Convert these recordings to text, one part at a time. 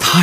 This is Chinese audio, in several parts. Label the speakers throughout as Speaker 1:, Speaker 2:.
Speaker 1: 他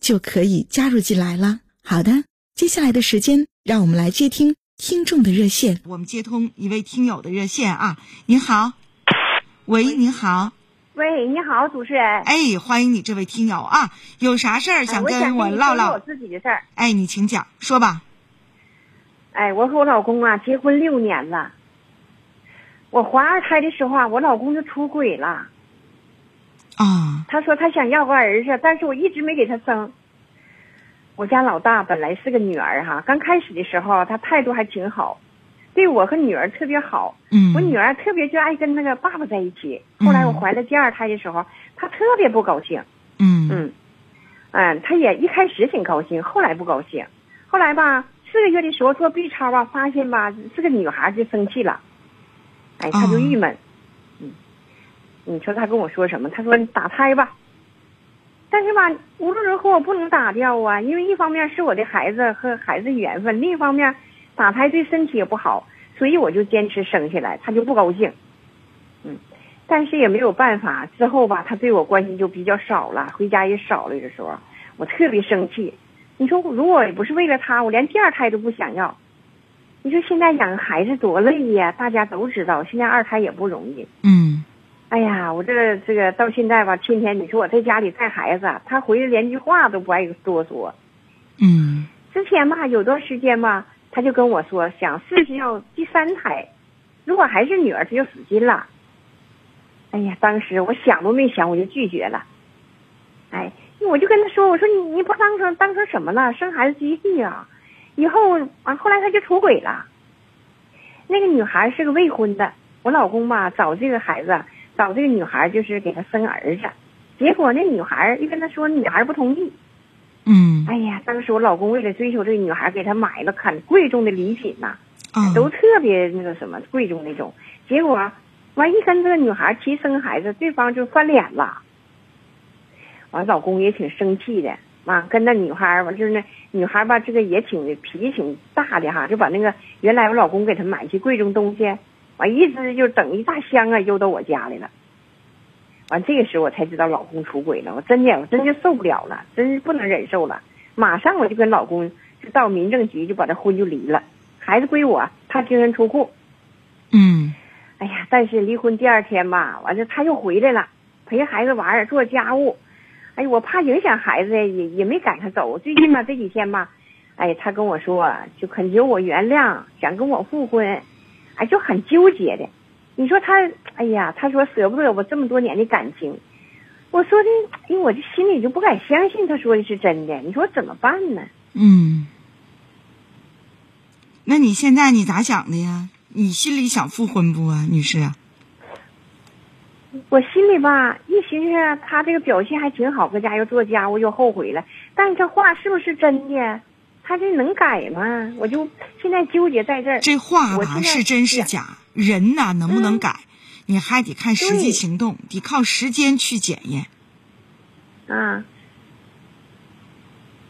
Speaker 2: 就可以加入进来了。好的，接下来的时间，让我们来接听听众的热线。
Speaker 3: 我们接通一位听友的热线啊！您好，喂，您好，
Speaker 4: 喂，你好，主持人。哎
Speaker 3: 哎，欢迎你这位听友啊！有啥事儿想
Speaker 4: 我
Speaker 3: 跟
Speaker 4: 想
Speaker 3: 我
Speaker 4: 你
Speaker 3: 唠
Speaker 4: 说说
Speaker 3: 唠
Speaker 4: 我？自己的事儿。
Speaker 3: 哎，你请讲，说吧。
Speaker 4: 哎，我和我老公啊，结婚六年了。我怀二胎的时候啊，我老公就出轨了。
Speaker 3: 啊，
Speaker 4: 他说他想要个儿子，但是我一直没给他生。我家老大本来是个女儿哈，刚开始的时候啊他态度还挺好，对我和女儿特别好。
Speaker 3: 嗯，
Speaker 4: 我女儿特别就爱跟那个爸爸在一起。后来我怀了第二胎的时候，她特别不高兴。
Speaker 3: 嗯
Speaker 4: 嗯，嗯，他也一开始挺高兴，后来不高兴，后来吧，四个月的时候做 B 超吧，啊发现吧是个女孩就生气了，哎，他就郁闷，嗯，你说他跟我说什么？他说你打胎吧，但是吧，无论如何我不能打掉啊，因为一方面是我的孩子和孩子缘分，另一方面打胎对身体也不好，所以我就坚持生下来，他就不高兴。但是也没有办法。之后吧，他对我关心就比较少了，回家也少了。有的时候我特别生气。你说，如果不是为了他，我连第二胎都不想要。你说现在养孩子多累呀，大家都知道，现在二胎也不容易。
Speaker 3: 嗯
Speaker 4: 哎呀，我这这个到现在吧，天天你说我在家里带孩子啊，他回来连句话都不爱多说。
Speaker 3: 嗯
Speaker 4: 之前吧，有段时间吧，他就跟我说想试试要第三胎，如果还是女儿，他就死心了。哎呀，当时我想都没想，我就拒绝了。哎，我就跟他说，我说你你不当成当成什么了？生孩子机器啊！以后完，后来他就出轨了。那个女孩是个未婚的，我老公吧找这个孩子，找这个女孩就是给他生儿子，结果那女孩一跟他说，女孩不同意。
Speaker 3: 嗯
Speaker 4: 哎呀，当时我老公为了追求这个女孩，给她买了很贵重的礼品呐、
Speaker 3: 啊，
Speaker 4: 都特别那个什么贵重那种。结果完一跟这个女孩提生孩子，对方就翻脸了。完，老公也挺生气的，完跟那女孩完就是那女孩吧，这个也挺脾气挺大的哈，就把那个原来我老公给她买一些贵重东西，完一直就整一大箱啊，邮到我家来了。完，这个时候我才知道老公出轨了，我真的我真就受不了了，真是不能忍受了。马上我就跟老公就到民政局就把这婚就离了，孩子归我，他净身出户。
Speaker 3: 嗯
Speaker 4: 哎呀，但是离婚第二天吧，完了他又回来了，陪孩子玩儿，做家务。哎呀，我怕影响孩子，也也没赶他走。最近吧，这几天吧，哎，他跟我说就恳求我原谅，想跟我复婚，哎，就很纠结的。你说他，哎呀，他说舍不得我这么多年的感情。我说的，哎，我这心里就不敢相信他说的是真的。你说怎么办呢？
Speaker 3: 嗯。那你现在你咋想的呀？你心里想复婚不啊，女士？
Speaker 4: 我心里吧一寻思，啊他这个表现还挺好，搁家又做家务又后悔了，但是这话是不是真的？他这能改吗？我就现在纠结在这儿。
Speaker 3: 这话
Speaker 4: 我
Speaker 3: 吧
Speaker 4: 现在
Speaker 3: 是真是假，人呐能不能
Speaker 4: 嗯
Speaker 3: 改，你还得看实际
Speaker 4: 对
Speaker 3: 行动，得靠时间去检验，
Speaker 4: 啊，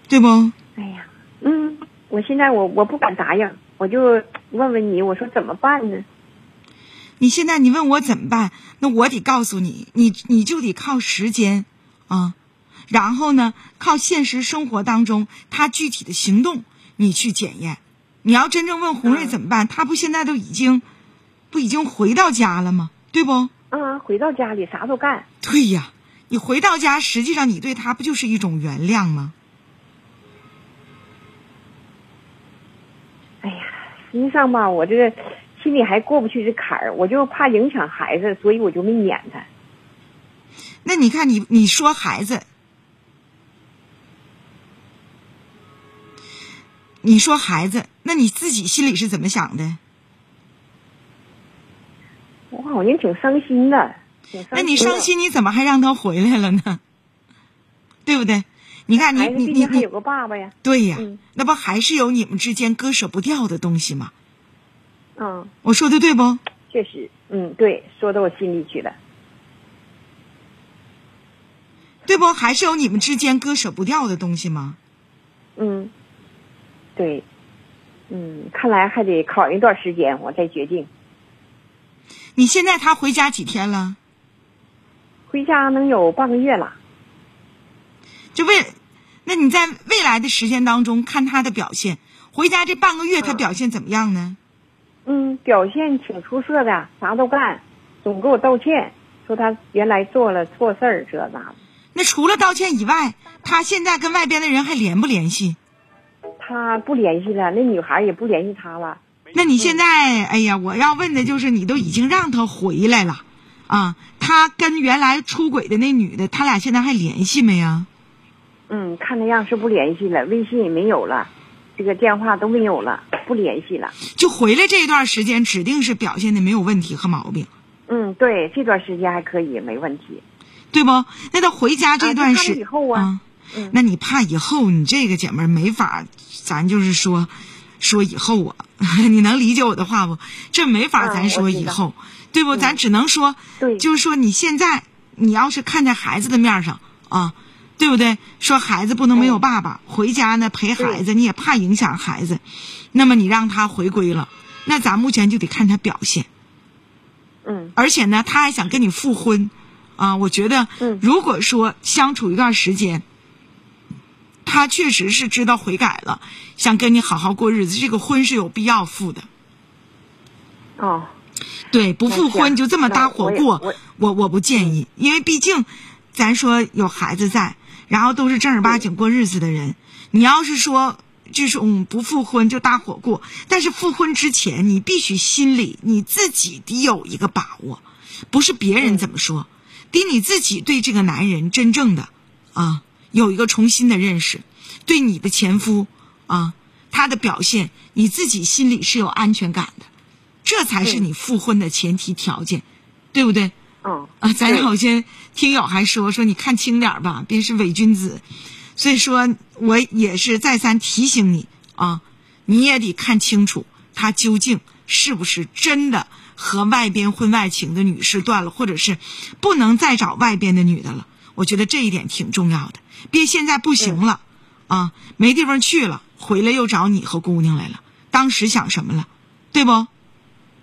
Speaker 3: 对不？
Speaker 4: 哎呀，嗯，我现在我我不敢答应，我就问问你，我说怎么办呢？
Speaker 3: 你现在你问我怎么办，那我得告诉你，你你就得靠时间啊，然后呢，靠现实生活当中他具体的行动你去检验。你要真正问红瑞
Speaker 4: 嗯
Speaker 3: 怎么办，他不现在都已经不已经回到家了吗？对不？
Speaker 4: 啊，回到家里啥都干，
Speaker 3: 对呀，你回到家，实际上你对他不就是一种原谅吗？
Speaker 4: 实际上吧，我这个心里还过不去这坎儿，我就怕影响孩子，所以我就没撵他。
Speaker 3: 那你看你你说孩子，你说孩子，那你自己心里是怎么想的？
Speaker 4: 我好像挺伤心的，挺伤心的
Speaker 3: 那你伤心，你怎么还让他回来了呢？ 对不对？你看你
Speaker 4: 孩子
Speaker 3: 你
Speaker 4: 毕
Speaker 3: 你
Speaker 4: 竟还
Speaker 3: 你
Speaker 4: 有，个爸爸呀，
Speaker 3: 对呀、
Speaker 4: 嗯
Speaker 3: 那不还是有你们之间割舍不掉的东西吗？
Speaker 4: 嗯，
Speaker 3: 我说的对不？
Speaker 4: 确实，嗯，对，说到我心里去了。
Speaker 3: 对不？还是有你们之间割舍不掉的东西吗？
Speaker 4: 嗯，对，嗯，看来还得考虑一段时间，我再决定。
Speaker 3: 你现在他回家几天了？
Speaker 4: 回家能有半个月了，
Speaker 3: 就未，那你在未来的时间当中看他的表现，回家这半个月他表现怎么样呢？
Speaker 4: 嗯，表现挺出色的，啥都干，总给我道歉，说他原来做了错事儿，这那的。
Speaker 3: 那除了道歉以外，他现在跟外边的人还联不联系？
Speaker 4: 他不联系了，那女孩也不联系他了。
Speaker 3: 那你现在，哎呀，我要问的就是，你都已经让他回来了，啊，他跟原来出轨的那女的，他俩现在还联系没呀？
Speaker 4: 嗯，看那样是不联系了，微信也没有了，这个电话都没有了，不联系了。
Speaker 3: 就回来这一段时间，指定是表现的没有问题和毛病，
Speaker 4: 嗯，对，这段时间还可以，没问题。
Speaker 3: 对不？那他回家这段时
Speaker 4: 啊就怕他以后啊嗯
Speaker 3: 那你怕以后你这个姐们儿没法，咱就是说，说以后啊， 你能理解我的话不？这没法
Speaker 4: 嗯
Speaker 3: 咱说
Speaker 4: 我知
Speaker 3: 以
Speaker 4: 道嗯
Speaker 3: 后，对不？咱只能说，
Speaker 4: 对
Speaker 3: 就是说你现在你要是看在孩子的面儿上啊，对不对？说孩子不能没有爸爸，回家呢陪孩子，你也怕影响孩子，那么你让他回归了，那咱目前就得看他表现。
Speaker 4: 嗯
Speaker 3: 而且呢，他还想跟你复婚，啊，我觉得
Speaker 4: 嗯，
Speaker 3: 如果说相处一段时间，他确实是知道悔改了，想跟你好好过日子，这个婚是有必要复的。
Speaker 4: 哦，
Speaker 3: 对，不复
Speaker 4: 那行
Speaker 3: 婚就这么搭伙过
Speaker 4: 那我也，
Speaker 3: 我我不建议，因为毕竟，咱说有孩子在，然后都是正儿八经过日子的人，你要是说这种不复婚就搭伙过，但是复婚之前你必须心里你自己得有一个把握，不是别人怎么说，得你自己对这个男人真正的啊有一个重新的认识，对你的前夫啊他的表现，你自己心里是有安全感的。这才是你复婚的前提条件，对不对？
Speaker 4: 嗯
Speaker 3: 啊，咱有些听友还说说你看清点儿吧，别是伪君子。所以说，我也是再三提醒你啊，你也得看清楚他究竟是不是真的和外边婚外情的女士断了，或者是不能再找外边的女的了。我觉得这一点挺重要的，别现在不行了、啊，没地方去了，回来又找你和姑娘来了，当时想什么了，对不？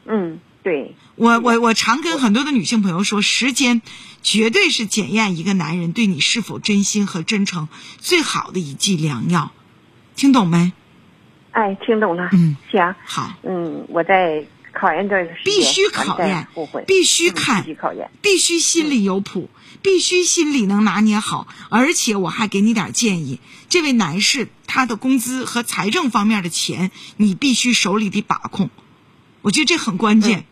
Speaker 4: 嗯，对，
Speaker 3: 我我我常跟很多的女性朋友说，时间绝对是检验一个男人对你是否真心和真诚最好的一剂良药，听懂没？
Speaker 4: 哎，听懂了。
Speaker 3: 嗯，
Speaker 4: 行，
Speaker 3: 好，
Speaker 4: 嗯，我再考验段时间，
Speaker 3: 必须
Speaker 4: 完
Speaker 3: 考
Speaker 4: 再
Speaker 3: 验
Speaker 4: 后悔，，
Speaker 3: 必须
Speaker 4: 嗯
Speaker 3: 看，
Speaker 4: 必须考验。
Speaker 3: 必须心里有谱，必须心里能拿捏好。而且我还给你点建议，这位男士他的工资和财政方面的钱，你必须手里得把控。我觉得这很关键。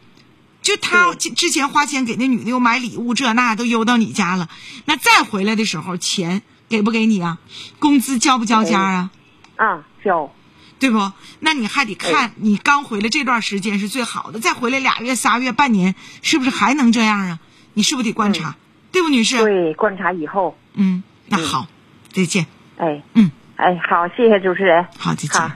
Speaker 3: 就他之之前花钱给那女的又买礼物，这那都邮到你家了，那再回来的时候钱给不给你啊？工资交不交家啊？
Speaker 4: 啊，交，
Speaker 3: 对不？那你还得看你刚回来这段时间是最好的，再回来俩月、仨月、半年，是不是还能这样啊？你是不是得观察，嗯对不，女士？
Speaker 4: 对，观察以后，
Speaker 3: 嗯，那好，再见。
Speaker 4: 哎，
Speaker 3: 嗯，
Speaker 4: 哎，好，谢谢主持人。
Speaker 3: 好，再见
Speaker 4: 好。